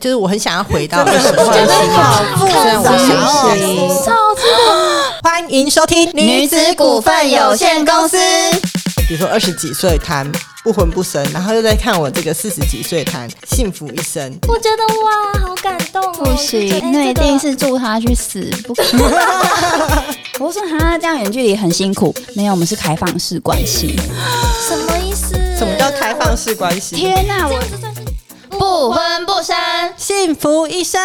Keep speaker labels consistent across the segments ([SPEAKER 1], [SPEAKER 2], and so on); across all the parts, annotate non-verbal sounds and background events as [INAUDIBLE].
[SPEAKER 1] 就是我很想要回到
[SPEAKER 2] 真的很
[SPEAKER 1] 我
[SPEAKER 2] 真的好
[SPEAKER 1] 复杂虽哦然我想
[SPEAKER 3] 真
[SPEAKER 1] 要
[SPEAKER 3] 的
[SPEAKER 1] 听。欢迎收听
[SPEAKER 3] 女子股份有限公司。
[SPEAKER 1] 比如说二十几岁谈不婚不生，然后又在看我这个四十几岁谈幸福一生，
[SPEAKER 4] 我觉得哇，好感动哦！
[SPEAKER 3] 不行
[SPEAKER 4] 就觉，得
[SPEAKER 3] 那
[SPEAKER 4] 哎
[SPEAKER 3] 一
[SPEAKER 4] 这个
[SPEAKER 3] 定是祝他去死！不 [LAUGHS] 可能。我说哈，这样远距离很辛苦。没有，我们是开放式关系。
[SPEAKER 4] 什么意思？
[SPEAKER 1] 什么叫开放式关系？
[SPEAKER 3] 天哪、
[SPEAKER 4] 这
[SPEAKER 3] 我
[SPEAKER 4] 样子算是
[SPEAKER 3] 不婚不生。
[SPEAKER 1] 幸福一生。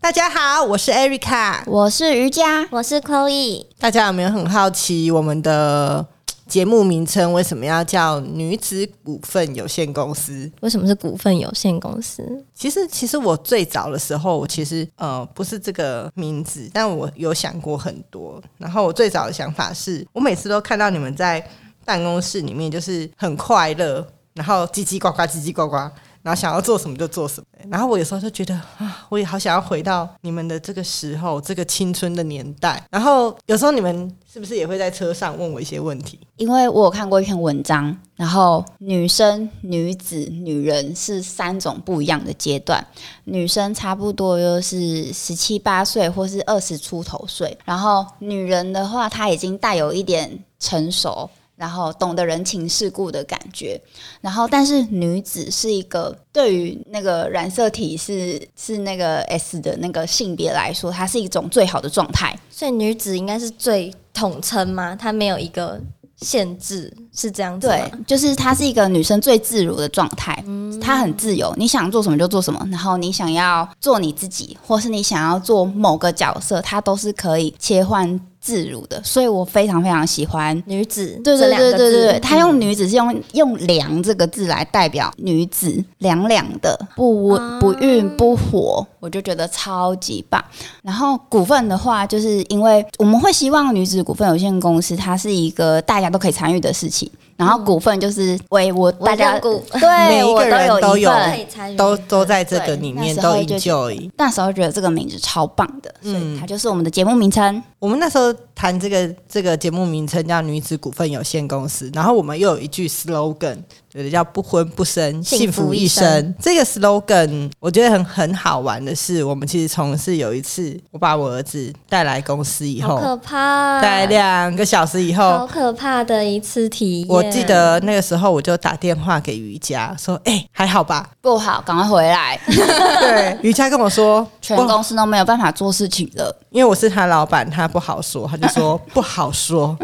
[SPEAKER 1] 大家好，我是 Erica。
[SPEAKER 3] 我是瑜伽，
[SPEAKER 4] 我是 Chloe，
[SPEAKER 1] 大家有没有很好奇我们的节目名称为什么要叫女子股份有限公司？
[SPEAKER 5] 为什么是股份有限公司？
[SPEAKER 1] 其实，其实我最早的时候，我其实呃不是这个名字，但我有想过很多。然后我最早的想法是，我每次都看到你们在办公室里面就是很快乐，然后叽叽呱呱，叽叽呱呱，然后想要做什么就做什么。然后我有时候就觉得啊，我也好想要回到你们的这个时候，这个青春的年代。然后有时候你们是不是也会在车上问我一些问题？
[SPEAKER 3] 因为我有看过一篇文章，然后女生、女子、女人是三种不一样的阶段。女生差不多就是十七八岁或是二十出头岁，然后女人的话，她已经带有一点成熟，然后懂得人情世故的感觉。然后，但是女子是一个对于那个染色体是是那个 S 的那个性别来说，它是一种最好的状态。
[SPEAKER 5] 所以女子应该是最统称吗？它没有一个限制，是这样子吗嗯
[SPEAKER 3] 对？，就是她是一个女生最自如的状态，她很自由，你想做什么就做什么，然后你想要做你自己，或是你想要做某个角色，她都是可以切换自如的。所以我非常非常喜欢。
[SPEAKER 5] 女子
[SPEAKER 3] 对
[SPEAKER 5] 这
[SPEAKER 3] 对
[SPEAKER 5] 两个
[SPEAKER 3] 对对对，
[SPEAKER 5] 字
[SPEAKER 3] 她用女子是用用“凉”这个字来代表女子，凉凉的，不温不孕不火，我就觉得超级棒。然后股份的话，就是因为我们会希望女子股份有限公司，它是一个大家都可以参与的事情。然后股份就是，喂，我大家
[SPEAKER 5] 认股
[SPEAKER 3] [LAUGHS] 对
[SPEAKER 1] 每一
[SPEAKER 3] 我
[SPEAKER 1] 个人都
[SPEAKER 3] 都有一
[SPEAKER 1] 有
[SPEAKER 3] 份
[SPEAKER 5] 可，以参与，
[SPEAKER 1] 都都在这个
[SPEAKER 3] 嗯对
[SPEAKER 1] 里
[SPEAKER 3] 那
[SPEAKER 1] 面
[SPEAKER 3] 时
[SPEAKER 1] 都
[SPEAKER 3] 候就觉
[SPEAKER 1] enjoy。
[SPEAKER 3] 那时候觉得这个名字超棒的，所
[SPEAKER 1] 嗯
[SPEAKER 3] 以它就是我们的节目名称。
[SPEAKER 1] 我们那时候谈这个这个节目名称叫“女子股份有限公司”，然后我们又有一句 slogan，对，叫“不婚不生，幸
[SPEAKER 5] 幸
[SPEAKER 1] 福
[SPEAKER 5] 福
[SPEAKER 1] 一
[SPEAKER 5] 一
[SPEAKER 1] 生”
[SPEAKER 5] 生
[SPEAKER 1] 这个 slogan 我觉得很很好玩的是，我们其实从是有一次我把我儿子带来公司以
[SPEAKER 4] 好可
[SPEAKER 1] 后，
[SPEAKER 4] 怕啊，
[SPEAKER 1] 带两个小时以后
[SPEAKER 5] 好，可怕的一次体验。
[SPEAKER 1] 我记得那个时候我就打电话给瑜伽说：“哎、还好吧
[SPEAKER 3] 不好，赶快回来，？”
[SPEAKER 1] 对，瑜伽跟我说，
[SPEAKER 3] 全
[SPEAKER 1] 不
[SPEAKER 3] 公司都没有办法做事情
[SPEAKER 1] [LAUGHS]
[SPEAKER 3] 了。
[SPEAKER 1] 因为我是他老板，他不好说，他就 [LAUGHS] 说不好说，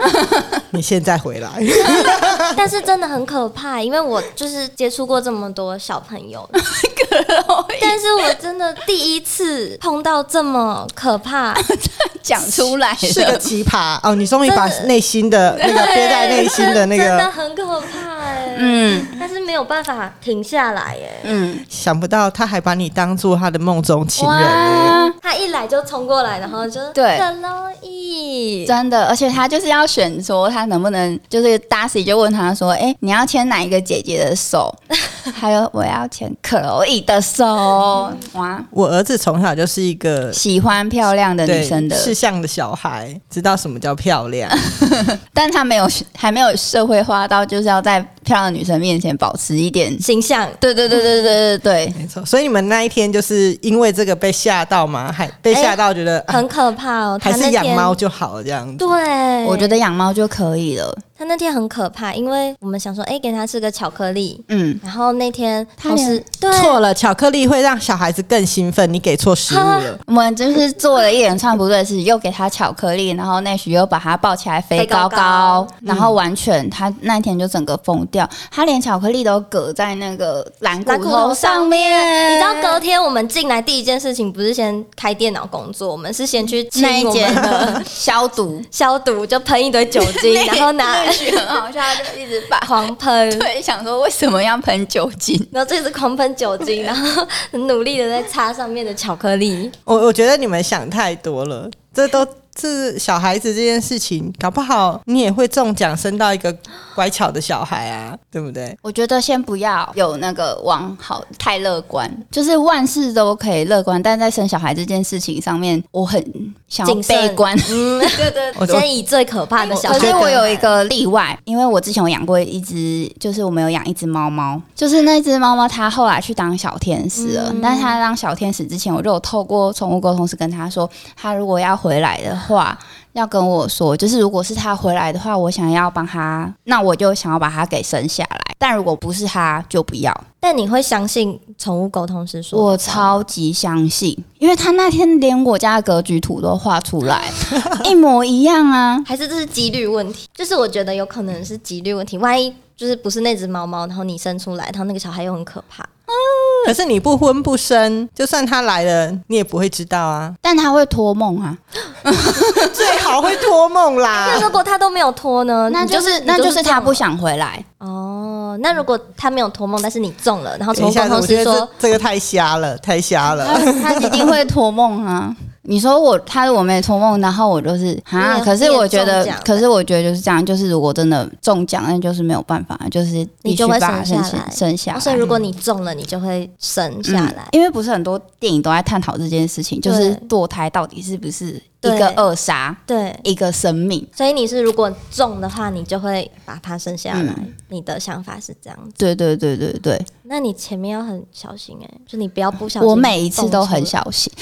[SPEAKER 1] 你现在回来。
[SPEAKER 4] 但是真的很可怕，因为我就是接触过这么多小朋
[SPEAKER 3] [LAUGHS]
[SPEAKER 4] 友，但是我真的第一次碰到这么可怕，
[SPEAKER 3] 讲出来
[SPEAKER 1] [LAUGHS]
[SPEAKER 3] [LAUGHS]
[SPEAKER 1] 是个
[SPEAKER 3] 了，
[SPEAKER 1] 奇葩哦！你终于把内心的那个憋在内心的那
[SPEAKER 4] 真的
[SPEAKER 1] 个，
[SPEAKER 4] 很可怕哎、
[SPEAKER 3] 嗯
[SPEAKER 4] 但是没有办法停下来哎、
[SPEAKER 3] 嗯，
[SPEAKER 1] 想不到他还把你当做他的梦中情人耶。
[SPEAKER 3] 哇，
[SPEAKER 4] 他一来就冲过来，然后就
[SPEAKER 3] 对
[SPEAKER 4] 克洛伊，
[SPEAKER 3] 真的，而且他就是要选说他能不能，就是 Darcy 就问他说，哎、你要牵哪一个姐姐的手？还有我要牵可洛伊的手。哇，
[SPEAKER 1] 我儿子从小就是一个
[SPEAKER 3] 喜欢漂亮的女
[SPEAKER 1] 对
[SPEAKER 3] 生的，
[SPEAKER 1] 事项的小孩，知道什么叫漂亮。
[SPEAKER 3] 但他没有还没有社会化到，就是要在漂亮的女生面前保持一点。
[SPEAKER 5] 形象
[SPEAKER 3] 对对对对对对对，
[SPEAKER 1] 没错，所以你们那一天就是因为这个被吓到吗？还被吓到觉得、啊
[SPEAKER 4] 很可怕哦。
[SPEAKER 1] 还
[SPEAKER 4] 他
[SPEAKER 1] 是
[SPEAKER 4] 那
[SPEAKER 1] 养
[SPEAKER 4] 天
[SPEAKER 1] 猫就好了这样子。
[SPEAKER 4] 对，
[SPEAKER 3] 我觉得养猫就可以了。
[SPEAKER 4] 他那天很可怕，因为我们想说，哎、给他吃个巧克力。
[SPEAKER 3] 嗯，
[SPEAKER 4] 然后那天
[SPEAKER 3] 他
[SPEAKER 4] 同时对
[SPEAKER 1] 错了，巧克力会让小孩子更兴奋，你给错食物了。
[SPEAKER 3] 我们就是做了一连串不对的事，又给他巧克力，然后奈许又把他抱起来飞高高，
[SPEAKER 4] 飞高高
[SPEAKER 3] 然后完全他那天就整个疯掉，他连巧克力都搁在那个蓝骨
[SPEAKER 4] 蓝骨
[SPEAKER 3] 头
[SPEAKER 4] 头
[SPEAKER 3] 上
[SPEAKER 4] 上
[SPEAKER 3] 面，
[SPEAKER 4] 你知道隔天我们进来第一件事情不是先开电脑工作，我们是先去清
[SPEAKER 3] 那一
[SPEAKER 4] 我
[SPEAKER 3] 间 [LAUGHS]
[SPEAKER 4] 们的
[SPEAKER 3] 消毒，
[SPEAKER 4] 消毒，就喷一堆酒
[SPEAKER 1] [LAUGHS]
[SPEAKER 4] 精，然后拿
[SPEAKER 3] 奈许很好笑，他就一直把
[SPEAKER 4] 狂喷，
[SPEAKER 3] 对想说为什么要喷酒精？
[SPEAKER 4] 然后这是狂喷酒
[SPEAKER 3] [LAUGHS]
[SPEAKER 4] 精，然后很努力的在擦上面的巧克力。
[SPEAKER 1] 我我觉得你们想太多了，这都是小孩子这件事情，搞不好你也会中奖，生到一个乖巧的小孩啊，对不对？
[SPEAKER 3] 我觉得先不要有那个往好太乐观，就是万事都可以乐观，但在生小孩这件事情上面，我很想要
[SPEAKER 5] 谨慎
[SPEAKER 3] 悲观。
[SPEAKER 5] 嗯，对 [LAUGHS] 对
[SPEAKER 1] 我
[SPEAKER 5] 先以最可怕的小
[SPEAKER 3] 可
[SPEAKER 5] 孩
[SPEAKER 3] 是哎我有一个例外，因为我之前有养过一只，就是我们有养一只猫猫，就是那只猫猫它后来去当小天使了。
[SPEAKER 5] 嗯
[SPEAKER 3] 但是它当小天使之前，我就有透过宠物沟通师跟它说，它如果要回来的话，要跟我说，就是如果是它回来的话，我想要帮它，那我就想要把它给生下来。但如果不是它，就不要。
[SPEAKER 5] 但你会相信宠物沟通师说的吗？
[SPEAKER 3] 我超级相信，因为他那天连我家的格局图都画出
[SPEAKER 5] [LAUGHS]
[SPEAKER 3] 来，一模一样啊。
[SPEAKER 5] 还是这是几率问题？就是我觉得有可能是几率问题，万一就是不是那只猫猫，然后你生出来，然后那个小孩又很可怕。
[SPEAKER 1] [LAUGHS] 可是你不婚不生，就算他来了，你也不会知道
[SPEAKER 4] [LAUGHS]
[SPEAKER 1] 啊。
[SPEAKER 3] 但他会托梦啊，
[SPEAKER 1] 最好会托梦
[SPEAKER 5] 那
[SPEAKER 1] 啦。
[SPEAKER 5] 如果他都没有托呢？
[SPEAKER 3] 那
[SPEAKER 5] 你
[SPEAKER 3] 呃就是是那
[SPEAKER 5] 你
[SPEAKER 3] 就是啊他
[SPEAKER 5] 中
[SPEAKER 3] 不想回来。
[SPEAKER 5] 哦。那如果他没有托梦，但是你中了，然后
[SPEAKER 1] 等
[SPEAKER 5] 宠
[SPEAKER 1] 一
[SPEAKER 5] 物沟
[SPEAKER 1] 下，
[SPEAKER 5] 通
[SPEAKER 1] 我
[SPEAKER 5] 师
[SPEAKER 1] 觉得
[SPEAKER 5] 说
[SPEAKER 1] 这这个太瞎了，太瞎 [LAUGHS] 了。
[SPEAKER 3] 他一定会托梦啊。你说我他如果没托梦，然后我就是啊，
[SPEAKER 5] 你也
[SPEAKER 3] 可是我觉
[SPEAKER 5] 你也
[SPEAKER 3] 得
[SPEAKER 5] 中奖，
[SPEAKER 3] 可是我觉得就是这样，就是如果真的中奖，那就是没有办法，就是必
[SPEAKER 5] 你
[SPEAKER 3] 须
[SPEAKER 5] 就会
[SPEAKER 3] 把它
[SPEAKER 5] 生
[SPEAKER 3] 生
[SPEAKER 5] 下来
[SPEAKER 3] 生下
[SPEAKER 5] 哦
[SPEAKER 3] 来。
[SPEAKER 5] 所以如果你中了，你就会生下来。
[SPEAKER 3] 因为不是很多电影都在探讨这件事情，就是
[SPEAKER 5] 对
[SPEAKER 3] 堕胎到底是不是一
[SPEAKER 5] 对
[SPEAKER 3] 个扼杀
[SPEAKER 5] 对，
[SPEAKER 3] 一个生命。
[SPEAKER 5] 所以你是如果中的话，你就会把它生下来。你的想法是这样子，
[SPEAKER 3] 对对对对对，
[SPEAKER 5] 那你前面要很小心哎、就你不要不小心。
[SPEAKER 3] 我每一次都很，小心。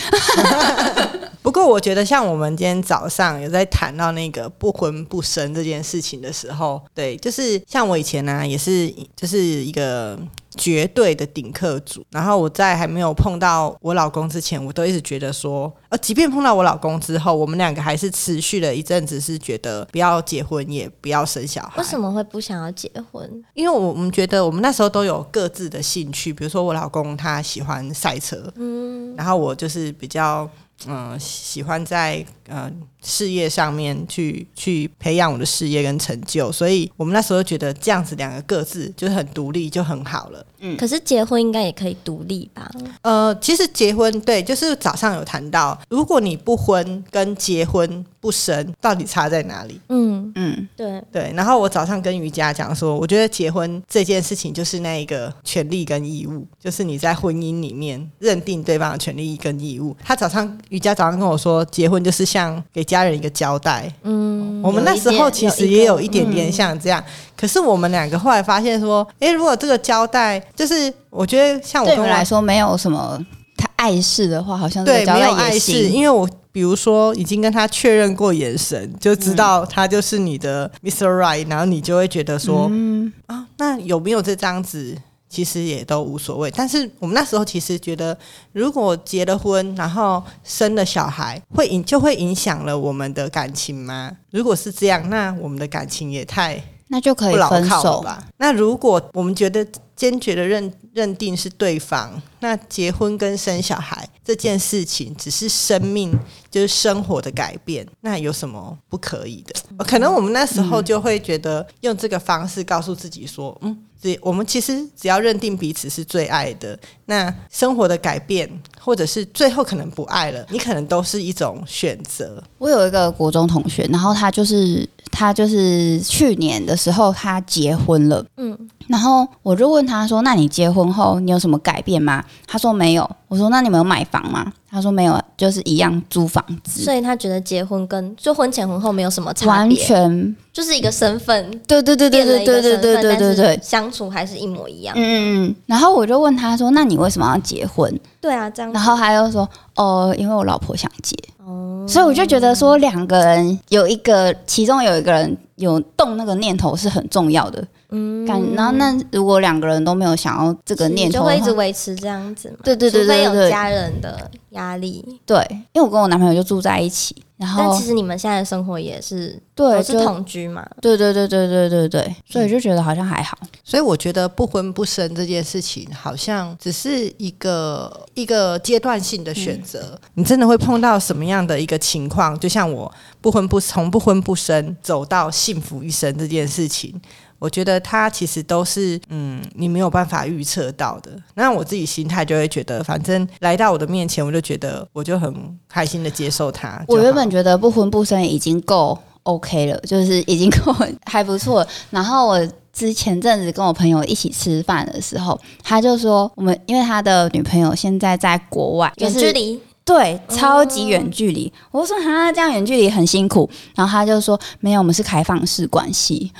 [SPEAKER 1] 不过我觉得，像我们今天早上有在谈到那个不婚不生这件事情的时候，对，就是像我以前呢、也是就是一个绝对的顶客族。然后我在还没有碰到我老公之前，我都一直觉得说，呃，即便碰到我老公之后，我们两个还是持续了一阵子，是觉得不要结婚，也不要生小孩。
[SPEAKER 5] 为什么会不想要结婚？
[SPEAKER 1] 因为我我们觉得我们那时候都有各自的兴趣，比如说我老公他喜欢赛车，嗯，然后我就是比较嗯、呃喜欢在呃事业上面去去培养我的事业跟成就，所以我们那时候觉得这样子两个各自就是很独立就很好了。
[SPEAKER 5] 可是结婚应该也可以独立吧？
[SPEAKER 1] 呃，其实结婚对，就是早上有谈到，如果你不婚跟结婚不生，到底差在哪里？
[SPEAKER 5] 嗯，
[SPEAKER 3] 嗯，
[SPEAKER 5] 对，
[SPEAKER 1] 对，然后我早上跟瑜伽讲说，我觉得结婚这件事情就是那一个权利跟义务，就是你在婚姻里面认定对方的权利跟义务。他早上瑜伽早上跟我说，结婚就是像给家人一个交代。嗯，我们那时候其实也有一点点像这样，可是我们两个后来发现说，诶，如果这个交代，就是我觉得像我
[SPEAKER 3] 对
[SPEAKER 1] 跟
[SPEAKER 3] 你
[SPEAKER 1] 我
[SPEAKER 3] 们来说没有什么太碍事的话，好像这个
[SPEAKER 1] 对，
[SPEAKER 3] 交
[SPEAKER 1] 没有
[SPEAKER 3] 代
[SPEAKER 1] 碍
[SPEAKER 3] 也
[SPEAKER 1] 事，
[SPEAKER 3] 行。
[SPEAKER 1] 因为我比如说已经跟他确认过眼神，就知
[SPEAKER 3] 嗯
[SPEAKER 1] 道他就是你的 Mr. Right，然后你就会觉得说，
[SPEAKER 3] 嗯
[SPEAKER 1] 啊，那有没有这张纸？其实也都无所谓，但是我们那时候其实觉得，如果结了婚，然后生了小孩，会影就会影响了我们的感情吗？如果是这样，那我们的感情也太
[SPEAKER 3] 那就可以
[SPEAKER 1] 不牢
[SPEAKER 3] 分
[SPEAKER 1] 靠了
[SPEAKER 3] 手。
[SPEAKER 1] 吧？那如果我们觉得坚决的认认定是对方，那结婚跟生小孩这件事情只是生命就是生活的改变，那有什么不可以的？
[SPEAKER 3] 嗯
[SPEAKER 1] 可能我们那时候就会觉得用这个方式告诉自己说，嗯。只我们其实只要认定彼此是最爱的，那生活的改变，或者是最后可能不爱了，你可能都是一种选择。
[SPEAKER 3] 我有一个国中同学，然后他就是他就是去年的时候他结婚了，
[SPEAKER 5] 嗯，
[SPEAKER 3] 然后我就问他说：“那你结婚后你有什么改变吗？”他说没有。我说：“那你们有买房吗？”他说没有，就是一样租房子，
[SPEAKER 5] 所以他觉得结婚跟就婚前婚后没有什么差
[SPEAKER 3] 完
[SPEAKER 5] 别，
[SPEAKER 3] 全
[SPEAKER 5] 就是一个身份
[SPEAKER 3] 对对对对
[SPEAKER 5] 变了
[SPEAKER 3] 对
[SPEAKER 5] 一个
[SPEAKER 3] 对对
[SPEAKER 5] 身
[SPEAKER 3] 对
[SPEAKER 5] 份，
[SPEAKER 3] 对对对
[SPEAKER 5] 但是。相处还是一模一样。
[SPEAKER 3] 嗯嗯嗯，然后我就问他说：“那你为什么要结婚？”
[SPEAKER 5] 对啊，这样子
[SPEAKER 3] 然后他又说：“哦，因为我老婆想结。”
[SPEAKER 5] 哦
[SPEAKER 3] 所以我就觉得说，两个人有一个，其中有一个人有动那个念头是很重要的。嗯，感然后那如果两个人都没有想要这个
[SPEAKER 5] 你
[SPEAKER 3] 念
[SPEAKER 5] 就
[SPEAKER 3] 头
[SPEAKER 5] 会
[SPEAKER 3] 的
[SPEAKER 5] 一直
[SPEAKER 3] 话，
[SPEAKER 5] 维持这样子嘛。
[SPEAKER 3] 对对对
[SPEAKER 5] 除非
[SPEAKER 3] 对
[SPEAKER 5] 有
[SPEAKER 3] 对
[SPEAKER 5] 家人的压力，
[SPEAKER 3] 对，因为我跟我男朋友就住在一起，然
[SPEAKER 5] 但
[SPEAKER 3] 后
[SPEAKER 5] 其实你们现在的生活也是
[SPEAKER 3] 哦对
[SPEAKER 5] 都是
[SPEAKER 3] 就
[SPEAKER 5] 同嗯居嘛。
[SPEAKER 3] 对对对对对对对，所以就觉得好像还好。
[SPEAKER 1] 所以我觉得不婚不生这件事情，好像只是一个一个阶段性的选择。嗯你真的会碰到什么样的一个情况？就像我不婚不从不婚不生走到幸福一生这件事情，我觉得它其实都是嗯，你没有办法预测到的。那我自己心态就会觉得，反正来到我的面前，我就觉得我就很开心的接受它就好。
[SPEAKER 3] 我原本觉得不婚不生已经够 OK 了，就是已经 [LAUGHS] 够还不错了。然后我之前阵子跟我朋友一起吃饭的时候，他就说我们因为他的女朋友现在在国外，就
[SPEAKER 4] 远
[SPEAKER 3] 是
[SPEAKER 4] 距离哦
[SPEAKER 3] 对，超级远距离。我就说哈，这样远距离很辛苦。然后他就说没有，我们是开放式关系。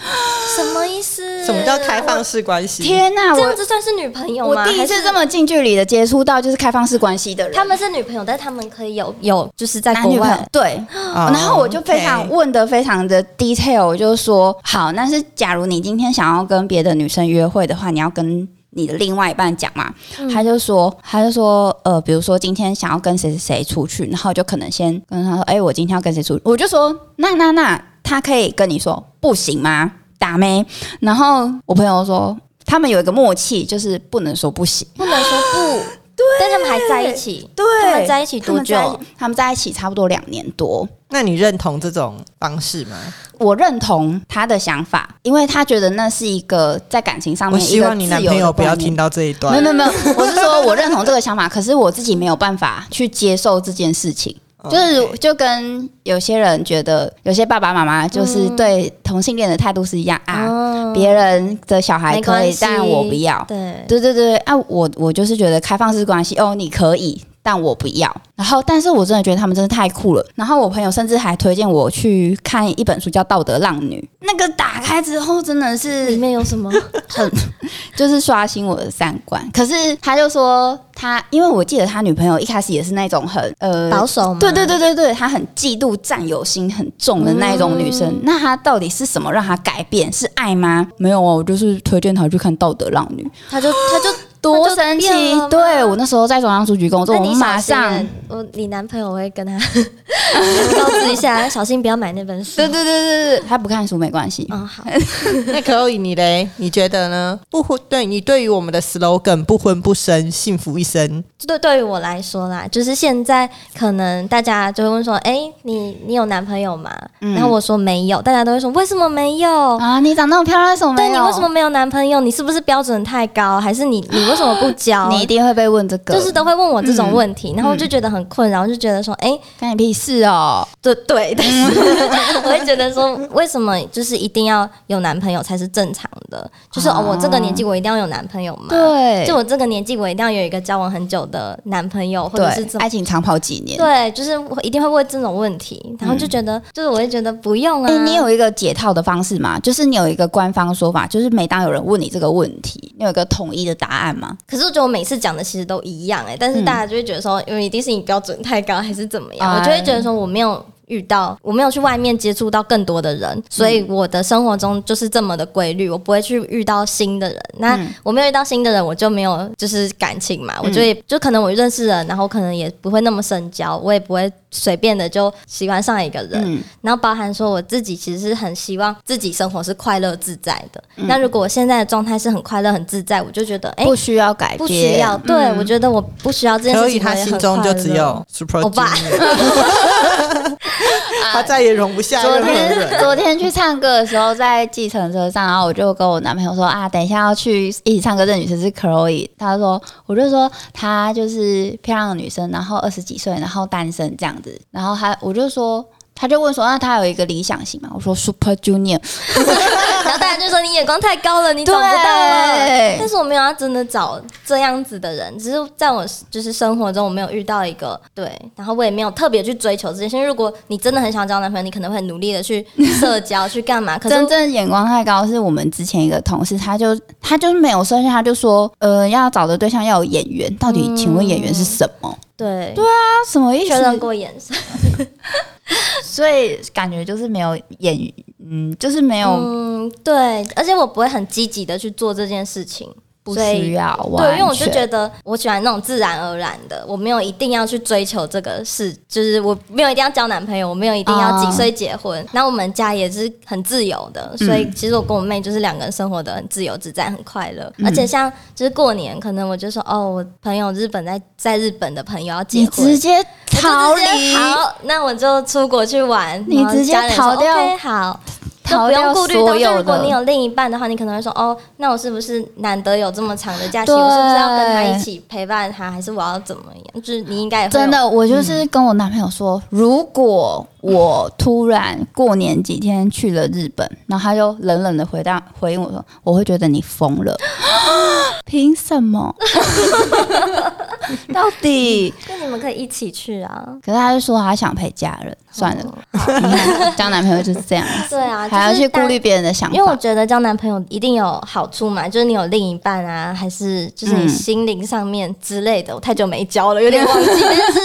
[SPEAKER 4] 什么意思？
[SPEAKER 1] 什么叫开放式关系？
[SPEAKER 3] 天呐、
[SPEAKER 4] 嗯这样
[SPEAKER 3] 啊我
[SPEAKER 4] 子算是女朋友吗？
[SPEAKER 3] 我第一
[SPEAKER 4] 还
[SPEAKER 3] 次
[SPEAKER 4] 是
[SPEAKER 3] 这么近距离的接触到就是开放式关系的人，
[SPEAKER 4] 他们是女朋友，但是他们可以有有就是在
[SPEAKER 3] 男
[SPEAKER 4] 国
[SPEAKER 3] 女朋友
[SPEAKER 4] 外
[SPEAKER 3] 对。
[SPEAKER 1] 哦
[SPEAKER 3] 然后我就非常
[SPEAKER 1] OK
[SPEAKER 3] 问的非常的 detail，我就说好，那是假如你今天想要跟别的女生约会的话，你要跟你的另外一半讲嘛？
[SPEAKER 1] 嗯
[SPEAKER 3] 他就说，他就说，呃，比如说今天想要跟谁谁谁出去，然后就可能先跟他说，哎、我今天要跟谁出去，我就说，那那那，他可以跟你说不行吗？打咩？然后我朋友说，他们有一个默契，就是不能说不行。
[SPEAKER 4] 不能说
[SPEAKER 3] [GASPS]
[SPEAKER 4] 不，但他们还在一起。
[SPEAKER 3] 对
[SPEAKER 4] 他们在一起
[SPEAKER 3] 他
[SPEAKER 4] 多
[SPEAKER 3] 们在
[SPEAKER 4] 久？
[SPEAKER 3] 他们在一起差不多两年多。
[SPEAKER 1] 那你认同这种方式吗？
[SPEAKER 3] 我认同他的想法，因为他觉得那是一个在感情上
[SPEAKER 1] 我
[SPEAKER 3] 面一
[SPEAKER 1] 希
[SPEAKER 3] 个
[SPEAKER 1] 望你
[SPEAKER 3] 自
[SPEAKER 1] 男
[SPEAKER 3] 由
[SPEAKER 1] 朋友
[SPEAKER 3] 的
[SPEAKER 1] 不要
[SPEAKER 3] 观
[SPEAKER 1] 听
[SPEAKER 3] 念。
[SPEAKER 1] 到这一
[SPEAKER 3] 没有
[SPEAKER 1] 段。
[SPEAKER 3] 没有没有，
[SPEAKER 1] [LAUGHS]
[SPEAKER 3] 我是说我认同这个想法，可是我自己没有办法去接受这件事情。
[SPEAKER 1] 哦
[SPEAKER 3] 就是就跟有些人觉得，有些爸爸妈妈就是
[SPEAKER 1] 嗯
[SPEAKER 3] 对同性恋的态度是一样啊，
[SPEAKER 1] 哦
[SPEAKER 4] 啊
[SPEAKER 3] 别人的小孩
[SPEAKER 4] 没
[SPEAKER 3] 可
[SPEAKER 4] 关
[SPEAKER 3] 以
[SPEAKER 4] 系，
[SPEAKER 3] 但我不要。
[SPEAKER 4] 对，
[SPEAKER 3] 对对对，啊，我我就是觉得开放式关系，哦，你可以，但我不要。然后，但是我真的觉得他们真的太酷了。然后我朋友甚至还推荐我去看一本书，叫《道德浪女》。那个打开之后，真的
[SPEAKER 4] 里
[SPEAKER 3] 是
[SPEAKER 4] 面有什么？
[SPEAKER 3] [LAUGHS] 就是刷新我的三观。可是他就说他，因为我记得他女朋友一开始也是那种很呃
[SPEAKER 4] 保守吗？
[SPEAKER 3] 对对对对对，她很嫉妒、占有心很重的那一种女
[SPEAKER 4] 嗯
[SPEAKER 3] 生。那她到底是什么让她改变？是爱吗？没有啊，我就是推荐她去看《道德浪女》。
[SPEAKER 4] [LAUGHS] 他就他就
[SPEAKER 3] 多生气
[SPEAKER 4] 他就变了！吗
[SPEAKER 3] 对我那时候在中央书局工作，
[SPEAKER 4] 那
[SPEAKER 3] 我
[SPEAKER 4] 你
[SPEAKER 3] 马
[SPEAKER 4] 小心
[SPEAKER 3] 上
[SPEAKER 4] 欸，我你男朋友会跟他 [LAUGHS] 告知一下，小心不要买那本书。
[SPEAKER 3] 对对对对对，他不看书没关系。
[SPEAKER 4] 哦，好，
[SPEAKER 1] 那可以，你嘞？你觉得呢？不婚对你对于我们的 slogan 不婚不生，幸福一生，
[SPEAKER 4] 对对于我来说啦，就是现在可能大家就会问说，哎、你你有男朋友吗？
[SPEAKER 3] 嗯
[SPEAKER 4] 然后我说没有，大家都会说为什么没有？
[SPEAKER 3] 啊，你长那么漂亮，为什么
[SPEAKER 4] 对
[SPEAKER 3] 没
[SPEAKER 4] 你
[SPEAKER 3] 有？
[SPEAKER 4] 为什么没有男朋友？你是不是标准太高？还是你你为什么
[SPEAKER 3] [GASPS]
[SPEAKER 4] 不交？
[SPEAKER 3] 你一定会嗯被问这个？
[SPEAKER 4] 就是都会问我这种问题，然后我就觉得很困扰，我就觉得说，哎、
[SPEAKER 3] 干你屁事哦！
[SPEAKER 4] 对对，但是
[SPEAKER 3] 嗯
[SPEAKER 4] [LAUGHS] 我会觉得说，为什么就是一定要有男朋友才是正常的？就是哦，我这个年纪我一定要有男朋友嘛？，
[SPEAKER 3] 对，
[SPEAKER 4] 就我这个年纪我一定要有一个交往很久的男朋友，或者是
[SPEAKER 3] 对，
[SPEAKER 4] 怎么
[SPEAKER 3] 爱？情长跑几年。
[SPEAKER 4] 对，就是我一定会问这种问题，然后就觉得，就是我会觉得不用啊。
[SPEAKER 3] 哎、你有一个解套的方式吗？就是你有一个官方说法，就是每当有人问你这个问题，你有一个统一的答案吗？
[SPEAKER 4] 可是我觉得我每次讲的其实都一样哎、
[SPEAKER 3] 嗯
[SPEAKER 4] 但是大家就会觉得说，因为一定是你标准太高还是怎么样，
[SPEAKER 3] 哎
[SPEAKER 4] 我就会觉得说我没有遇到，我没有去外面接触到更多的
[SPEAKER 3] 嗯
[SPEAKER 4] 人，所以我的生活中就是这么的规律，我不会去遇到新的人。那
[SPEAKER 3] 嗯
[SPEAKER 4] 我没有遇到新的人，我就没有就是感情嘛，我就也就可能我认识人，然后可能也不会那么深交，我也不会随便的就喜欢上一个人。
[SPEAKER 3] 嗯，
[SPEAKER 4] 然后包含说我自己其实是很希望自己生活是快乐自在的。那如果我现在的状态是很快乐很自在，我就觉得哎。
[SPEAKER 3] 不需要改变，
[SPEAKER 4] 不需要。对、
[SPEAKER 3] 嗯
[SPEAKER 4] 我觉得我不需要这件
[SPEAKER 1] 可
[SPEAKER 4] 事
[SPEAKER 1] 以
[SPEAKER 4] 情。
[SPEAKER 1] 他
[SPEAKER 4] 我也很
[SPEAKER 1] 心中就只
[SPEAKER 4] 快乐
[SPEAKER 1] 有 super
[SPEAKER 4] 欧巴
[SPEAKER 1] Junior 他再也容不下
[SPEAKER 3] [LAUGHS] 昨
[SPEAKER 1] 任何人。
[SPEAKER 3] 天昨天去唱歌的时候，在计程车上，然后我就跟我男朋友说啊，等一下要去一起唱歌。这女生是 Chloe，他说，我就说她就是漂亮的女生，然后二十几岁，然后单身这样子。然后他我就说，他就问说，那她有一个理想型吗？我说 Super Junior，
[SPEAKER 4] [LAUGHS] 然后大家就说你眼光太高了，你找不到了。但
[SPEAKER 3] 对，
[SPEAKER 4] 是我没有要真的找这样子的人，只是在我就是生活中我没有遇到一个对，然后我也没有特别去追求这件事。因为如果你真的很想交男朋友，你可能会很努力的去社交去干嘛。可
[SPEAKER 3] 真
[SPEAKER 4] 是
[SPEAKER 3] 正眼光太高是我们之前一个同事，他就他就是没有设限，他就说，呃，要找的对象要有演员，到底
[SPEAKER 4] 嗯
[SPEAKER 3] 请问演员是什么？
[SPEAKER 4] 对
[SPEAKER 3] 他什么意
[SPEAKER 4] 确认
[SPEAKER 3] 思？
[SPEAKER 4] 过眼神，
[SPEAKER 3] 所以感觉就是没有演，嗯，就是没有、
[SPEAKER 4] 嗯，对，而且我不会很积极的去做这件事情，
[SPEAKER 3] 不
[SPEAKER 4] 所以
[SPEAKER 3] 需要
[SPEAKER 4] 对，因为
[SPEAKER 3] 完
[SPEAKER 4] 我就
[SPEAKER 3] 全
[SPEAKER 4] 觉得我喜欢那种自然而然的，我没有一定要去追求这个事，就是我没有一定要交男朋友，我没有一定要几岁结婚。那、我们家也是很自由的，所以其实我跟我妹就是两个人生活的很自由自在，很快乐。而且像就是过年，可能我就说哦，我朋友日本在在日本的朋友要结
[SPEAKER 3] 你
[SPEAKER 4] 婚，
[SPEAKER 3] 直接
[SPEAKER 4] 我就
[SPEAKER 3] 逃
[SPEAKER 4] 直接
[SPEAKER 3] 离，
[SPEAKER 4] 好，那我就出国去玩，
[SPEAKER 3] 你
[SPEAKER 4] 然后
[SPEAKER 3] 直接
[SPEAKER 4] 家人说
[SPEAKER 3] 逃掉
[SPEAKER 4] OK，好。就
[SPEAKER 3] 逃
[SPEAKER 4] 不用
[SPEAKER 3] 掉
[SPEAKER 4] 顾虑到。
[SPEAKER 3] 所
[SPEAKER 4] 就
[SPEAKER 3] 有
[SPEAKER 4] 如果你
[SPEAKER 3] 的。
[SPEAKER 4] 有另一半的话，你可能会说，哦，那我是不是难得有这么长的假期，
[SPEAKER 3] 对
[SPEAKER 4] 我是不是要跟他一起陪伴他，还是我要怎么样？就是你应该也会有
[SPEAKER 3] 真的，我就是跟我男朋友说，如果我突然过年几天去了日本，然后他就冷冷的回答回应我说，我会觉得你疯 [GASPS] 了，凭什么？ [LAUGHS] 到底？
[SPEAKER 4] 那你们可以一起去啊。
[SPEAKER 3] 可是他就说他想陪家人，算了，你看交男朋友就是这样， [LAUGHS]
[SPEAKER 4] 对啊，
[SPEAKER 3] 还要
[SPEAKER 4] 就是
[SPEAKER 3] 去顾
[SPEAKER 4] 当
[SPEAKER 3] 虑别人的想
[SPEAKER 4] 因为我
[SPEAKER 3] 法。
[SPEAKER 4] 觉得交男朋友一定有好处嘛，就是你有另一半啊，还是就是你
[SPEAKER 3] 嗯
[SPEAKER 4] 心灵上面之类的。我太久没交了，有点忘记。但 [LAUGHS] 是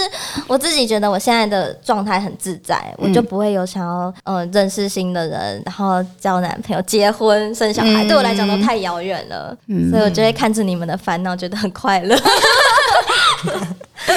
[SPEAKER 4] 我自己觉得我现在的状态很自在，我就不会有想要呃认识新的人，然后交男朋友、结婚、生小孩，
[SPEAKER 3] 嗯
[SPEAKER 4] 对我来讲都太遥远了。所以我就会看着你们的烦恼，觉得很快乐。
[SPEAKER 1] [LAUGHS]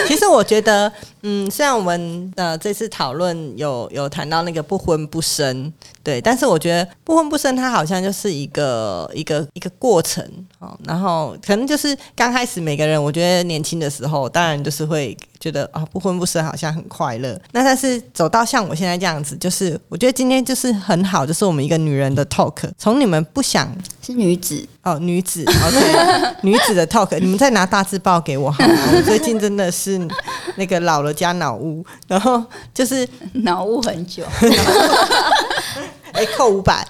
[SPEAKER 1] 其实我觉得，嗯，虽然我们呃这次讨论有有谈到那个不婚不生，对，但是我觉得不婚不生它好像就是一个一个一个过程哦，然后可能就是刚开始每个人，我觉得年轻的时候，当然就是会觉得啊不婚不生好像很快乐，那但是走到像我现在这样子，就是我觉得今天就是很好，就是我们一个女人的 talk，从你们不想
[SPEAKER 3] 是女子，
[SPEAKER 1] 哦，女子，OK，女 [LAUGHS] 子的 talk，你们再拿大字报给我好吗？我最近真的是那个老了加脑屋，然后就是
[SPEAKER 3] 脑雾很久，
[SPEAKER 1] 哎、扣五百，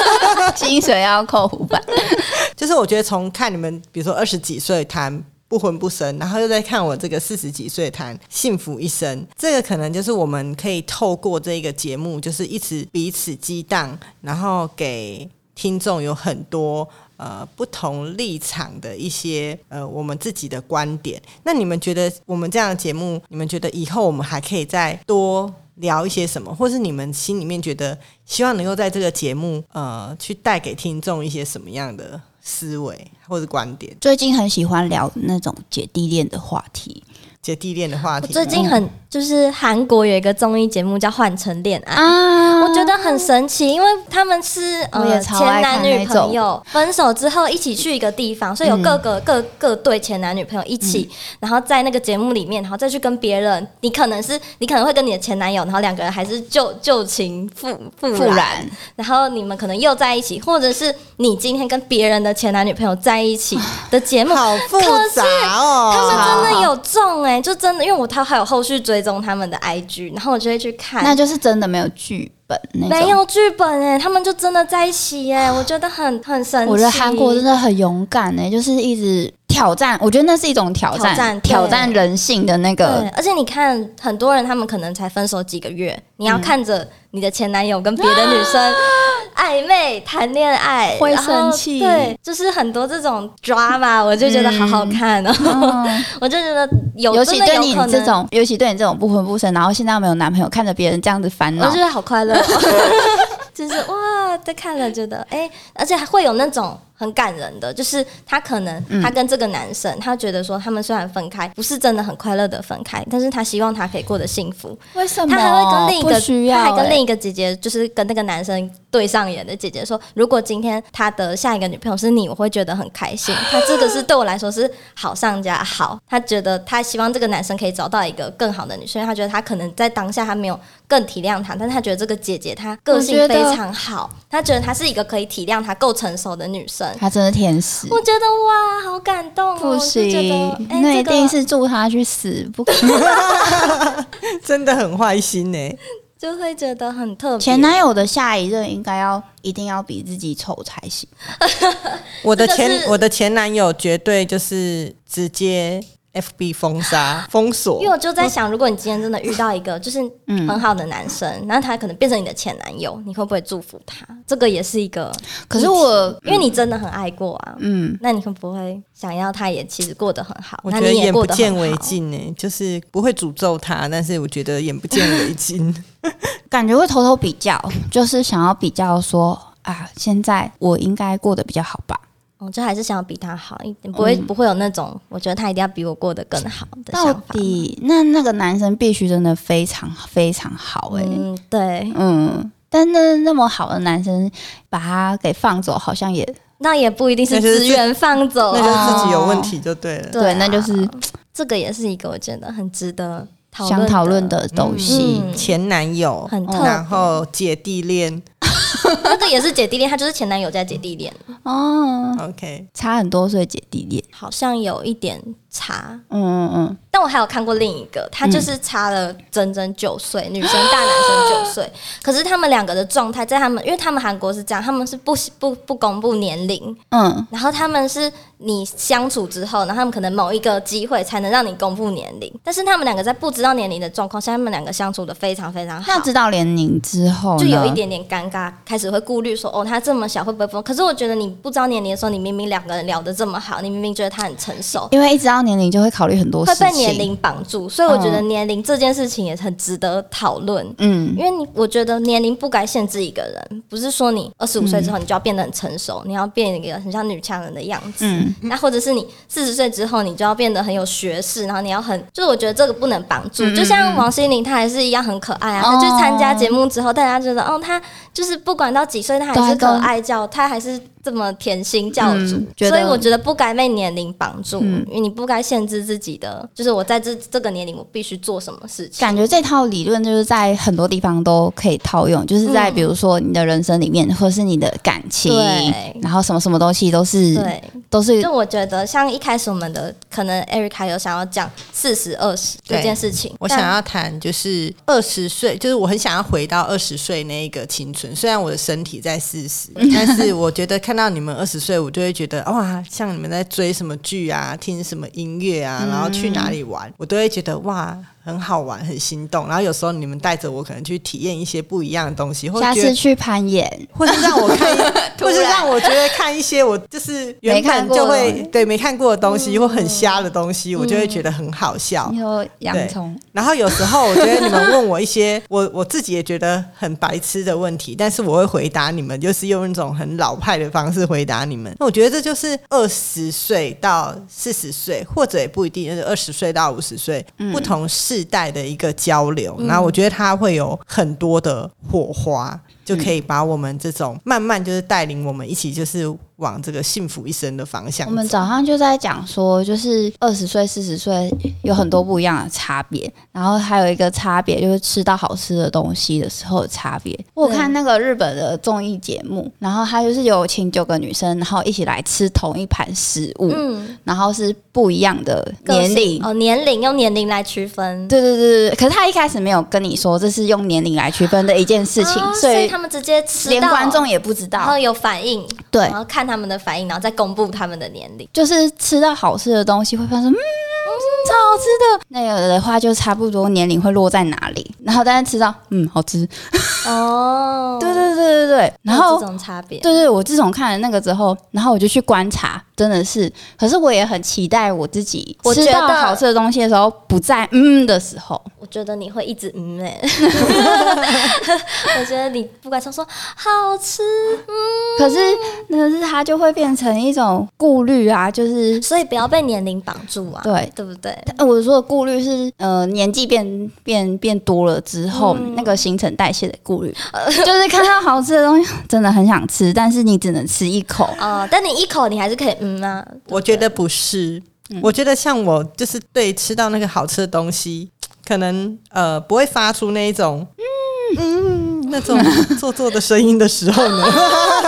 [SPEAKER 3] [LAUGHS] 薪水要扣五百。
[SPEAKER 1] [LAUGHS] 就是我觉得从看你们，比如说二十几岁谈不婚不生，然后又再看我这个四十几岁谈幸福一生，这个可能就是我们可以透过这个节目，就是一直彼此激荡，然后给听众有很多。呃，不同立场的一些呃，我们自己的观点。那你们觉得我们这样的节目，你们觉得以后我们还可以再多聊一些什么，或是你们心里面觉得希望能够在这个节目呃去带给听众一些什么样的思维或者观点？
[SPEAKER 3] 最近很喜欢聊那种姐弟恋的话题
[SPEAKER 1] 姐弟恋的话
[SPEAKER 4] [LAUGHS] 我
[SPEAKER 1] 题，
[SPEAKER 4] 最近很就是韩国有一个综艺节目叫《换乘恋爱》。
[SPEAKER 3] 啊
[SPEAKER 4] 我觉得很神奇，因为他们是
[SPEAKER 3] 我也
[SPEAKER 4] 呃
[SPEAKER 3] 超
[SPEAKER 4] 前
[SPEAKER 3] 爱看
[SPEAKER 4] 男女
[SPEAKER 3] 那
[SPEAKER 4] 朋
[SPEAKER 3] 种嗯
[SPEAKER 4] 友分手之后一起去一个地方，所以有各个、各各对前男女朋友一起，然后在那个节目里面，然后再去跟别人，你可能是你可能会跟你的前男友，然后两个人还是旧旧情复复
[SPEAKER 3] 复
[SPEAKER 4] 燃，
[SPEAKER 3] 燃，
[SPEAKER 4] 然后你们可能又在一起，或者是你今天跟别人的前男女朋友在一起
[SPEAKER 3] [SIGHS]
[SPEAKER 4] 的节目，
[SPEAKER 1] 好复杂哦，
[SPEAKER 4] 他们真
[SPEAKER 3] 好
[SPEAKER 4] 的有中哎、就真的，因为我他还有后续追踪他们的 IG，然后我就会去看，
[SPEAKER 3] 那就是真的没有剧本那种。
[SPEAKER 4] 没，有剧本哎、他们就真的在一起哎、我觉得很很神奇。
[SPEAKER 3] 啊我觉得韩国真的很勇敢呢、就是一直挑战。我觉得那是一种挑战，
[SPEAKER 4] 挑战对
[SPEAKER 3] 挑战人性的那
[SPEAKER 4] 对
[SPEAKER 3] 个，。
[SPEAKER 4] 而且你看，很多人他们可能才分手几个月，你要看着你的前男友跟别的女生暧昧、谈恋爱，
[SPEAKER 3] 会
[SPEAKER 4] 然后
[SPEAKER 3] 生气
[SPEAKER 4] 对，就是很多这种 drama，我就觉得好好看哦、
[SPEAKER 3] [LAUGHS] 嗯
[SPEAKER 4] [LAUGHS] 我就觉得有，
[SPEAKER 3] 尤其
[SPEAKER 4] 真的
[SPEAKER 3] 对
[SPEAKER 4] 有
[SPEAKER 3] 你
[SPEAKER 4] 可能
[SPEAKER 3] 这，种，尤其对你这种不婚不生，然后现在又没有男朋友，看着别人这样子烦
[SPEAKER 4] 我
[SPEAKER 3] 恼
[SPEAKER 4] 就觉，得好快乐、哦，
[SPEAKER 3] [LAUGHS]
[SPEAKER 4] 就是哇，在看了觉得哎、而且还会有那种。很感人的，就是她可能
[SPEAKER 3] 嗯
[SPEAKER 4] 她跟这个男生，她觉得说他们虽然分开，不是真的很快乐的分开，但是她希望他可以过得幸福，
[SPEAKER 3] 为什么
[SPEAKER 4] 她还会跟另一
[SPEAKER 3] 哦不
[SPEAKER 4] 个，
[SPEAKER 3] 需
[SPEAKER 4] 她
[SPEAKER 3] 要
[SPEAKER 4] 还跟
[SPEAKER 3] 欸
[SPEAKER 4] 另一个姐姐，就是跟那个男生对上眼的姐姐说，如果今天她的下一个女朋友是你，我会觉得很
[SPEAKER 3] [GASPS]
[SPEAKER 4] 开心。她这个是对我来说是好上加好，她觉得她希望这个男生可以找到一个更好的女生，因为她觉得她可能在当下她没有更体谅她，但是她觉得这个姐姐她个性
[SPEAKER 3] 我觉
[SPEAKER 4] 非
[SPEAKER 3] 得
[SPEAKER 4] 常好，
[SPEAKER 3] 嗯
[SPEAKER 4] 她觉得她是一个可以体谅她、够成熟的女生。
[SPEAKER 3] 他真的天使。
[SPEAKER 4] 我觉得哇，好感动哦！
[SPEAKER 3] 不
[SPEAKER 4] 我就觉得
[SPEAKER 3] 行，
[SPEAKER 4] 哎
[SPEAKER 3] 那一
[SPEAKER 4] 这个
[SPEAKER 3] 定是祝他去死，不可能。
[SPEAKER 1] [LAUGHS]
[SPEAKER 4] [LAUGHS]
[SPEAKER 1] 真的很坏心呢、
[SPEAKER 4] 就会觉得很特别。
[SPEAKER 3] 前男友的下一任应该要一定要比自己丑才行。
[SPEAKER 1] 我的
[SPEAKER 4] 这个
[SPEAKER 1] 前
[SPEAKER 4] 是
[SPEAKER 1] 我的前男友绝对就是直接 FB 封
[SPEAKER 4] [LAUGHS]
[SPEAKER 1] 杀封锁
[SPEAKER 4] 因为，我就在想，如果你今天真的遇到一
[SPEAKER 1] 嗯
[SPEAKER 4] 个就是很好的男生，然后他可能变成你的前男友，你会不会祝福他？这个也是一个，
[SPEAKER 1] 嗯
[SPEAKER 3] 可是我，
[SPEAKER 4] 因为你真的很爱过啊，
[SPEAKER 3] 嗯，
[SPEAKER 4] 那你会不会想要他也其实过得很好？
[SPEAKER 1] 我
[SPEAKER 4] 那
[SPEAKER 1] 觉得
[SPEAKER 4] 你也
[SPEAKER 1] 眼
[SPEAKER 4] 过
[SPEAKER 1] 不
[SPEAKER 4] 得
[SPEAKER 1] 见
[SPEAKER 4] 很
[SPEAKER 1] 为
[SPEAKER 4] 好。
[SPEAKER 1] 净呢、就是不会诅咒他，但是我觉得眼不见为
[SPEAKER 4] [LAUGHS]
[SPEAKER 1] 净。
[SPEAKER 3] 感觉会偷偷比较，就是想要比较说啊，现在我应该过得比较好吧。
[SPEAKER 4] 我就还是想要比他好一点，不会、不会有那种我觉得他一定要比我过得更好的
[SPEAKER 3] 到
[SPEAKER 4] 想法。
[SPEAKER 3] 底那那个男生必须真的非常非常好哎、
[SPEAKER 4] 嗯，对，
[SPEAKER 3] 嗯，但那那么好的男生把他给放走，好像也
[SPEAKER 4] 那也不一定是
[SPEAKER 1] 那就是
[SPEAKER 4] 资源放走
[SPEAKER 1] 那
[SPEAKER 4] 啊，
[SPEAKER 1] 就自己有问题就对了。
[SPEAKER 4] 对啊
[SPEAKER 3] 那就是
[SPEAKER 4] 这个也是一个我觉得很值得讨论
[SPEAKER 3] 想讨论的东西。
[SPEAKER 1] 嗯前男友，
[SPEAKER 4] 很特别
[SPEAKER 1] 然后姐弟恋，
[SPEAKER 4] 那个也是姐弟恋，他就是前男友加姐弟恋，
[SPEAKER 3] 哦，
[SPEAKER 1] OK，
[SPEAKER 3] 差很多岁姐弟恋，
[SPEAKER 4] 好像有一点差。
[SPEAKER 3] 嗯嗯嗯，
[SPEAKER 4] 但我还有看过另一个，他就是差了整整九岁，女生大男生九岁。可是他们两个的状态，在他们，因为他们韩国是这样，他们是不不不公布年龄，
[SPEAKER 3] 嗯，
[SPEAKER 4] 然后他们是你相处之后，然后他们可能某一个机会才能让你公布年龄，但是他们两个在不知道年龄的状况下，他们两个相处的非常非常好
[SPEAKER 3] 那。知道年龄之后呢
[SPEAKER 4] 就有一点点尴尬，开始会顾虑说，哦，他这么小会不会疯？可是我觉得你不知道年龄的时候，你明明两个人聊得这么好，你明明觉得他很成熟，
[SPEAKER 3] 因为一知道年龄就会考虑很多事情，
[SPEAKER 4] 会被年龄绑住，所以我觉得
[SPEAKER 3] 嗯
[SPEAKER 4] 年龄这件事情也很值得讨论。
[SPEAKER 3] 嗯
[SPEAKER 4] 因为你，我觉得年龄不该限制一个人，不是说你二十五岁
[SPEAKER 3] 嗯
[SPEAKER 4] 之后你就要变得很成熟，你要变一个很像女强人的样子。
[SPEAKER 3] 嗯，
[SPEAKER 4] 那或者是你四十岁之后，你就要变得很有学识，然后你要很，就是我觉得这个不能绑住。
[SPEAKER 3] 嗯嗯
[SPEAKER 4] 就像王心凌，她还是一样很可爱啊。
[SPEAKER 3] 哦
[SPEAKER 4] 她去参加节目之后，大家觉得哦，她就是不管到几岁，她还是可爱教，她还是这么甜心教主。
[SPEAKER 3] 啊嗯觉得
[SPEAKER 4] 所以我觉得不该被年龄绑住，
[SPEAKER 3] 嗯
[SPEAKER 4] 因为你不该限制自己的，就是我在这这个年龄我必须做什么事情。
[SPEAKER 3] 感觉这套理论就是在很多地方都可以套用，就是在
[SPEAKER 4] 嗯
[SPEAKER 3] 比如说你的人生里面，或是你的感情
[SPEAKER 4] 对，
[SPEAKER 3] 然后什么什么东西都是
[SPEAKER 4] 对，
[SPEAKER 3] 都是
[SPEAKER 4] 就我觉得像一开始我们的可能 Erica 有想要讲四十二十这
[SPEAKER 1] 对
[SPEAKER 4] 件事情，
[SPEAKER 1] 我
[SPEAKER 4] 但
[SPEAKER 1] 想要谈就是二十岁，就是我很想要回到二十岁那一个青春。虽然我的身体在四
[SPEAKER 3] [LAUGHS]
[SPEAKER 1] 十，但是我觉得看到你们二十岁，我就会觉得哇，像你们在追什么剧啊，听什么音乐啊，然后去哪里
[SPEAKER 3] 嗯
[SPEAKER 1] 玩，我都会觉得哇。很好玩，很心动。然后有时候你们带着我，可能去体验一些不一样的东西，或者
[SPEAKER 3] 下
[SPEAKER 1] 觉得
[SPEAKER 3] 次去攀岩，
[SPEAKER 1] 或是让我
[SPEAKER 3] [LAUGHS]
[SPEAKER 1] 看一，或是
[SPEAKER 3] 然
[SPEAKER 1] 让我觉得看一些我就是原
[SPEAKER 3] 没看
[SPEAKER 1] 本
[SPEAKER 3] 过
[SPEAKER 1] 就
[SPEAKER 3] 的嗯
[SPEAKER 1] 会对没看过的东西、或很瞎的东西，我就会觉得很好笑。
[SPEAKER 3] 你有洋葱，
[SPEAKER 1] 然后有时候我觉得你们问我一些 [LAUGHS] 我我自己也觉得很白痴的问题，但是我会回答你们，就是用一种很老派的方式回答你们。那我觉得这就是二十岁到四十岁，或者也不一定，就是二十岁到五十岁、
[SPEAKER 3] 嗯
[SPEAKER 1] 不同世代的一个交流。然后我觉得它会有很多的火花。就可
[SPEAKER 3] 嗯
[SPEAKER 1] 以把我们这种慢慢就是带领我们一起就是往这个幸福一生的方向走。
[SPEAKER 3] 我们早上就在讲说，就是二十岁、四十岁有很多不一样的差别，然后还有一个差别就是吃到好吃的东西的时候的差别。我有看那个日本的综艺节目，然后他就是有请九个女生，然后一起来吃同一盘食物，
[SPEAKER 4] 嗯，
[SPEAKER 3] 然后是不一样的
[SPEAKER 4] 个
[SPEAKER 3] 年
[SPEAKER 4] 性
[SPEAKER 3] 龄。
[SPEAKER 4] 哦，年龄用年龄来区分，
[SPEAKER 3] 对对对对，可是他一开始没有跟你说这是用年龄来区分的一件事情，
[SPEAKER 4] 哦
[SPEAKER 3] 所
[SPEAKER 4] 所
[SPEAKER 3] 以
[SPEAKER 4] 他们直哦接吃
[SPEAKER 3] 连
[SPEAKER 4] 到
[SPEAKER 3] 观众也不知
[SPEAKER 4] 然后
[SPEAKER 3] 道。
[SPEAKER 4] 有反应，
[SPEAKER 3] 对
[SPEAKER 4] 然，后看他们的反应，然后再公布他们的年龄。
[SPEAKER 3] 就是吃到好吃的东西会发现，嗯，超好吃的。那有的话就差不多年龄会落在哪里，然后但是吃到嗯好吃，
[SPEAKER 4] 哦，
[SPEAKER 3] 对对对对对，然
[SPEAKER 4] 有
[SPEAKER 3] 后
[SPEAKER 4] 这。种差别，
[SPEAKER 3] 对对，我自从看了那个之后，然后我就去观察，真的是，可是我也很期待我自己
[SPEAKER 4] 我
[SPEAKER 3] 吃
[SPEAKER 4] 觉
[SPEAKER 3] 到
[SPEAKER 4] 得
[SPEAKER 3] 好吃的东西的时候，不在嗯的时候，
[SPEAKER 4] 我觉得你会一直嗯
[SPEAKER 3] [LAUGHS]
[SPEAKER 4] 哎、我觉得你不管说说好吃，
[SPEAKER 3] 可是可是它就会变成一种顾虑啊，就是
[SPEAKER 4] 所以不要被年龄绑住啊，
[SPEAKER 3] 对
[SPEAKER 4] 对不对？
[SPEAKER 3] 呃我说的顾虑是，呃，年纪变变变多了之后，
[SPEAKER 1] 嗯
[SPEAKER 3] 那个新陈代谢的顾虑，就是看到好吃的东西， [LAUGHS] 真的很想吃，但是你只能吃一口。
[SPEAKER 4] 哦、但你一口你还是可以嗯啊，
[SPEAKER 1] 我觉得不是，
[SPEAKER 3] 嗯
[SPEAKER 1] 我觉得像我就是对吃到那个好吃的东西，可能呃不会发出那一种嗯嗯那
[SPEAKER 3] [LAUGHS]
[SPEAKER 1] 种做作的声音的时候呢，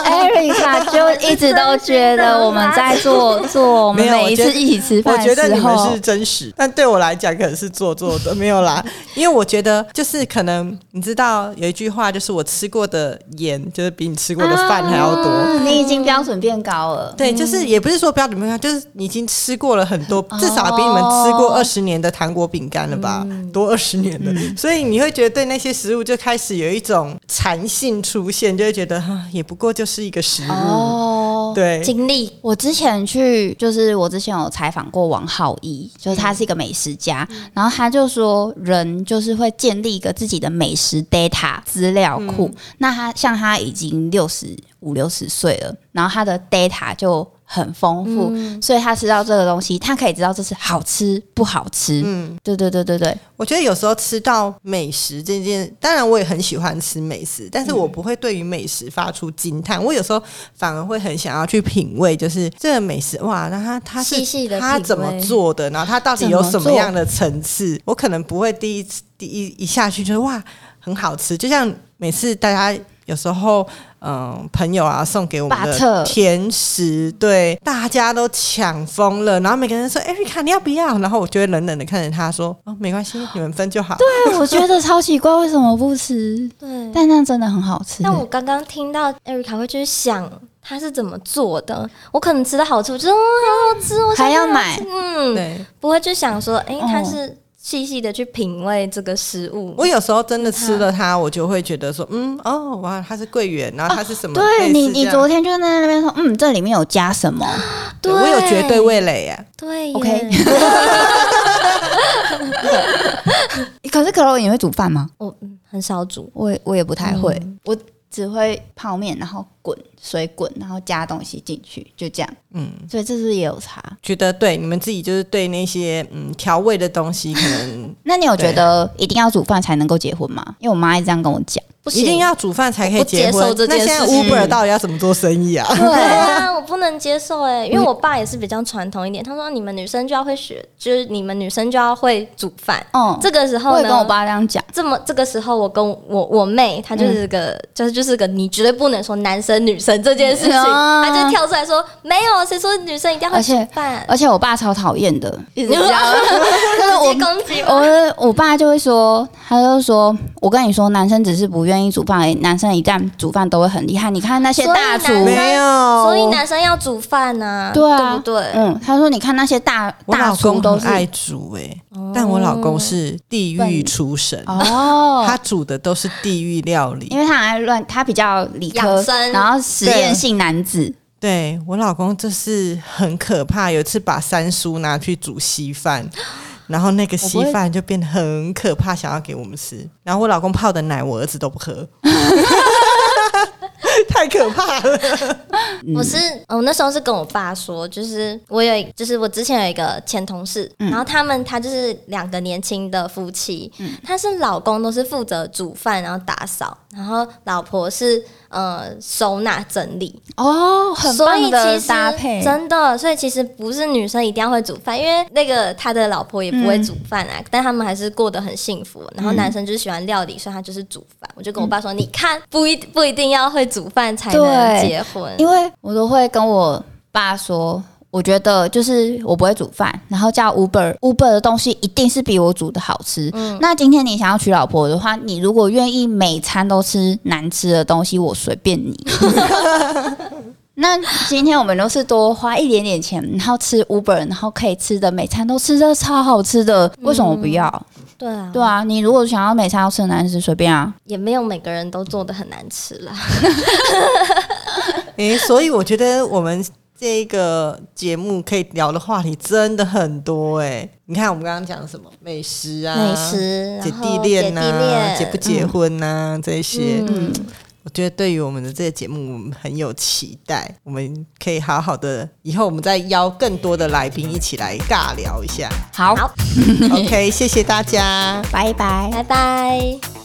[SPEAKER 3] Erica 就一直都觉得我们在做做，我们
[SPEAKER 1] 没有
[SPEAKER 3] 每一
[SPEAKER 1] 我觉
[SPEAKER 3] 次
[SPEAKER 1] 得
[SPEAKER 3] 一起吃
[SPEAKER 1] 我
[SPEAKER 3] 饭
[SPEAKER 1] 觉
[SPEAKER 3] 的
[SPEAKER 1] 得
[SPEAKER 3] 时
[SPEAKER 1] 你们
[SPEAKER 3] 候
[SPEAKER 1] 是，真实，但对我来讲可能是做作的，没有
[SPEAKER 3] [LAUGHS]
[SPEAKER 1] 啦，因为我觉得就是可能你知道有一句话就是我吃过的盐就是比你吃过的饭还要多。
[SPEAKER 3] 啊你已经标准变高了。
[SPEAKER 1] 对，就是也不是说标准不一样，就是你已经吃过了很多，至少比你们吃过二十年的糖果饼干了吧，多二十年的，所以你会觉得对那些食物就开始有一种馋性出现，就会觉得哈，也不过就是一个食物，
[SPEAKER 3] 哦，
[SPEAKER 1] 对。
[SPEAKER 4] 经历
[SPEAKER 3] 我之前去，就是我之前有采访过王浩一，就是他是一个美食家，然后他就说，人就是会建立一个自己的美食 data 资料库。那他像他已经六十五六十岁了，然后他的 data 就很丰富，所以他吃到这个东西，他可以知道这是好吃不好吃。嗯，对对对对对，
[SPEAKER 1] 我觉得有时候吃到美食这件，当然我也很喜欢吃美食，但是我不会对于美食发出惊叹。我有时候反而会很想要去品味，就是这个美食哇，那它它是
[SPEAKER 4] 细细地
[SPEAKER 1] 它
[SPEAKER 4] 品
[SPEAKER 1] 怎么
[SPEAKER 4] 味
[SPEAKER 1] 做的，然后它到底
[SPEAKER 3] 怎
[SPEAKER 1] 有
[SPEAKER 3] 么
[SPEAKER 1] 什么
[SPEAKER 3] 做
[SPEAKER 1] 样的层次，我可能不会第一次第一一下去就是哇很好吃，就像每次大家。有时候嗯朋友啊送给我们
[SPEAKER 3] 巴特
[SPEAKER 1] 的甜食，对，大家都抢疯了，然后每个人说哎艾瑞卡你要不要？然后我就会冷冷的看着他说哦没关系，你们分就好。对，
[SPEAKER 3] 哎对，我觉得超奇怪，为什么不吃？
[SPEAKER 4] 对。
[SPEAKER 3] 但那真的很好吃。欸
[SPEAKER 4] 但我刚刚听到艾瑞卡会去想他是怎么做的，我可能吃的好处就是嗯，好好吃，我想
[SPEAKER 3] 还要
[SPEAKER 4] 吃
[SPEAKER 3] 买
[SPEAKER 4] 嗯，
[SPEAKER 1] 对
[SPEAKER 4] 不会去想说，哎、
[SPEAKER 3] 哦
[SPEAKER 4] 他是细细的去品味这个食物。
[SPEAKER 1] 我有时候真的吃了它，我就会觉得说嗯哦哇，它是桂圆，然后它是什么？
[SPEAKER 4] 啊
[SPEAKER 1] 类
[SPEAKER 3] 对
[SPEAKER 1] 似
[SPEAKER 3] 你，
[SPEAKER 1] 这
[SPEAKER 3] 你
[SPEAKER 1] 样
[SPEAKER 3] 昨天就在那边说，嗯，这里面有加什么？
[SPEAKER 1] 对我有绝对味蕾啊耶。
[SPEAKER 4] 对耶
[SPEAKER 3] OK 可是可乐你会煮饭吗？嗯
[SPEAKER 4] 我嗯 [LAUGHS] 很少煮，
[SPEAKER 3] 我我也不太会，我只会泡面，然后滚水滚，然后加东西进去，就这样。
[SPEAKER 1] 嗯，
[SPEAKER 3] 所以这是不是也有差？
[SPEAKER 1] 觉得对你们自己就是对那些嗯调味的东西，可能
[SPEAKER 3] 那你有觉得一定要煮饭才能够结婚吗？啊因为我妈一直这样跟我讲。
[SPEAKER 4] [LAUGHS] 不行
[SPEAKER 1] 一定要煮饭才可以结
[SPEAKER 4] 我
[SPEAKER 1] 婚
[SPEAKER 4] 不接受这。
[SPEAKER 1] 那
[SPEAKER 4] 件
[SPEAKER 1] 现在
[SPEAKER 4] 事情
[SPEAKER 1] Uber 到底要怎么做生
[SPEAKER 4] [LAUGHS]
[SPEAKER 1] 意啊？
[SPEAKER 4] 对
[SPEAKER 3] [LAUGHS]
[SPEAKER 4] 啊，我不能接受哎、因为我爸也是比较传统一点，他说你们女生就要会学，就是你们女生就要会煮饭。
[SPEAKER 3] 嗯，
[SPEAKER 4] 这个时候
[SPEAKER 3] 我
[SPEAKER 4] 呢，
[SPEAKER 3] 也跟我爸这样讲。
[SPEAKER 4] 这么这个时候，我跟我我妹，她就是个、就是就是个你绝对不能说男生女生这件事情，
[SPEAKER 3] 嗯
[SPEAKER 4] 她就跳出来说没有，谁说女生一定要
[SPEAKER 3] 而
[SPEAKER 4] 会
[SPEAKER 3] 且
[SPEAKER 4] 煮饭？
[SPEAKER 3] 而且我爸超讨厌的，一
[SPEAKER 4] [LAUGHS]
[SPEAKER 3] 直这样。
[SPEAKER 4] 直
[SPEAKER 3] 我
[SPEAKER 4] 接攻击我，
[SPEAKER 3] [LAUGHS] 我我爸就会说，他就说，我跟你说，男生只是不愿意煮饭而已，男生一旦煮饭都会很厉害。你看那些大厨
[SPEAKER 4] 所，以男
[SPEAKER 1] 没有，
[SPEAKER 4] 所以男生要煮饭呐、
[SPEAKER 3] 哦对啊
[SPEAKER 4] 不对？
[SPEAKER 3] 嗯，他说你看那些大
[SPEAKER 1] 我
[SPEAKER 3] 大
[SPEAKER 1] 老
[SPEAKER 3] 厨
[SPEAKER 1] 公
[SPEAKER 3] 都
[SPEAKER 1] 很
[SPEAKER 3] 是
[SPEAKER 1] 爱煮哎、但我老公是地狱厨神，
[SPEAKER 3] 哦，
[SPEAKER 1] 他煮的都是地狱料
[SPEAKER 3] 因
[SPEAKER 1] 理。
[SPEAKER 3] 为他很爱乱，他比较理科
[SPEAKER 4] 养，生
[SPEAKER 3] 然后实验性男子，
[SPEAKER 1] 对我老公就是很可怕，有一次把三叔拿去煮稀饭。然后那个稀饭就变得很可怕，想要给我们吃。然后我老公泡的奶，我儿子都不
[SPEAKER 3] [LAUGHS]
[SPEAKER 1] 喝，太可怕了。
[SPEAKER 4] 我是呃我那时候是跟我爸说，就是我有一就是我之前有一个前同事，
[SPEAKER 3] 嗯
[SPEAKER 4] 然后他们他就是两个年轻的夫妻，
[SPEAKER 3] 嗯
[SPEAKER 4] 他是老公都是负责煮饭然后打扫，然后老婆是呃收纳整理，
[SPEAKER 3] 哦，很
[SPEAKER 4] 所以
[SPEAKER 3] 棒的
[SPEAKER 4] 其实
[SPEAKER 3] 搭配，
[SPEAKER 4] 真的，所以其实不是女生一定要会煮饭，因为那个他的老婆也不会煮饭
[SPEAKER 3] 嗯
[SPEAKER 4] 啊，但他们还是过得很幸福。然后男生就是喜欢料理，所以他就是煮饭。我就跟我爸说，你看，不一不一定要会煮饭才能
[SPEAKER 3] 对
[SPEAKER 4] 结婚，
[SPEAKER 3] 因为我都会跟我爸说。我觉得就是我不会煮饭，然后叫 Uber，Uber 的东西一定是比我煮的好吃。
[SPEAKER 4] 嗯
[SPEAKER 3] 那今天你想要娶老婆的话，你如果愿意每餐都吃难吃的东西，我随便
[SPEAKER 4] [LAUGHS]
[SPEAKER 3] 你。那今天我们都是多花一点点钱，然后吃 Uber，然后可以吃的每餐都吃的超好吃的，为什么不要？
[SPEAKER 4] 对啊，
[SPEAKER 3] 对啊，你如果想要每餐都吃的难吃，随便啊。
[SPEAKER 4] 也没有每个人都做的很难吃啦。
[SPEAKER 1] 诶，所以我觉得我们这个节目可以聊的话题真的很多诶，你看我们刚刚讲什么美食啊，
[SPEAKER 4] 美、食，
[SPEAKER 1] 姐
[SPEAKER 4] 然
[SPEAKER 1] 弟
[SPEAKER 4] 后
[SPEAKER 1] 恋
[SPEAKER 4] 姐弟
[SPEAKER 1] 呐、
[SPEAKER 4] 恋
[SPEAKER 1] 结不结婚呐、这些，
[SPEAKER 4] 嗯，
[SPEAKER 1] 我觉得对于我们的这个节目，我们很有期待。我们可以好好的，以后我们再邀更多的来宾一起来
[SPEAKER 4] [LAUGHS]
[SPEAKER 1] 尬聊一下。
[SPEAKER 3] 好，
[SPEAKER 4] 好
[SPEAKER 1] OK，谢谢大家。
[SPEAKER 3] 拜拜。
[SPEAKER 4] 拜拜。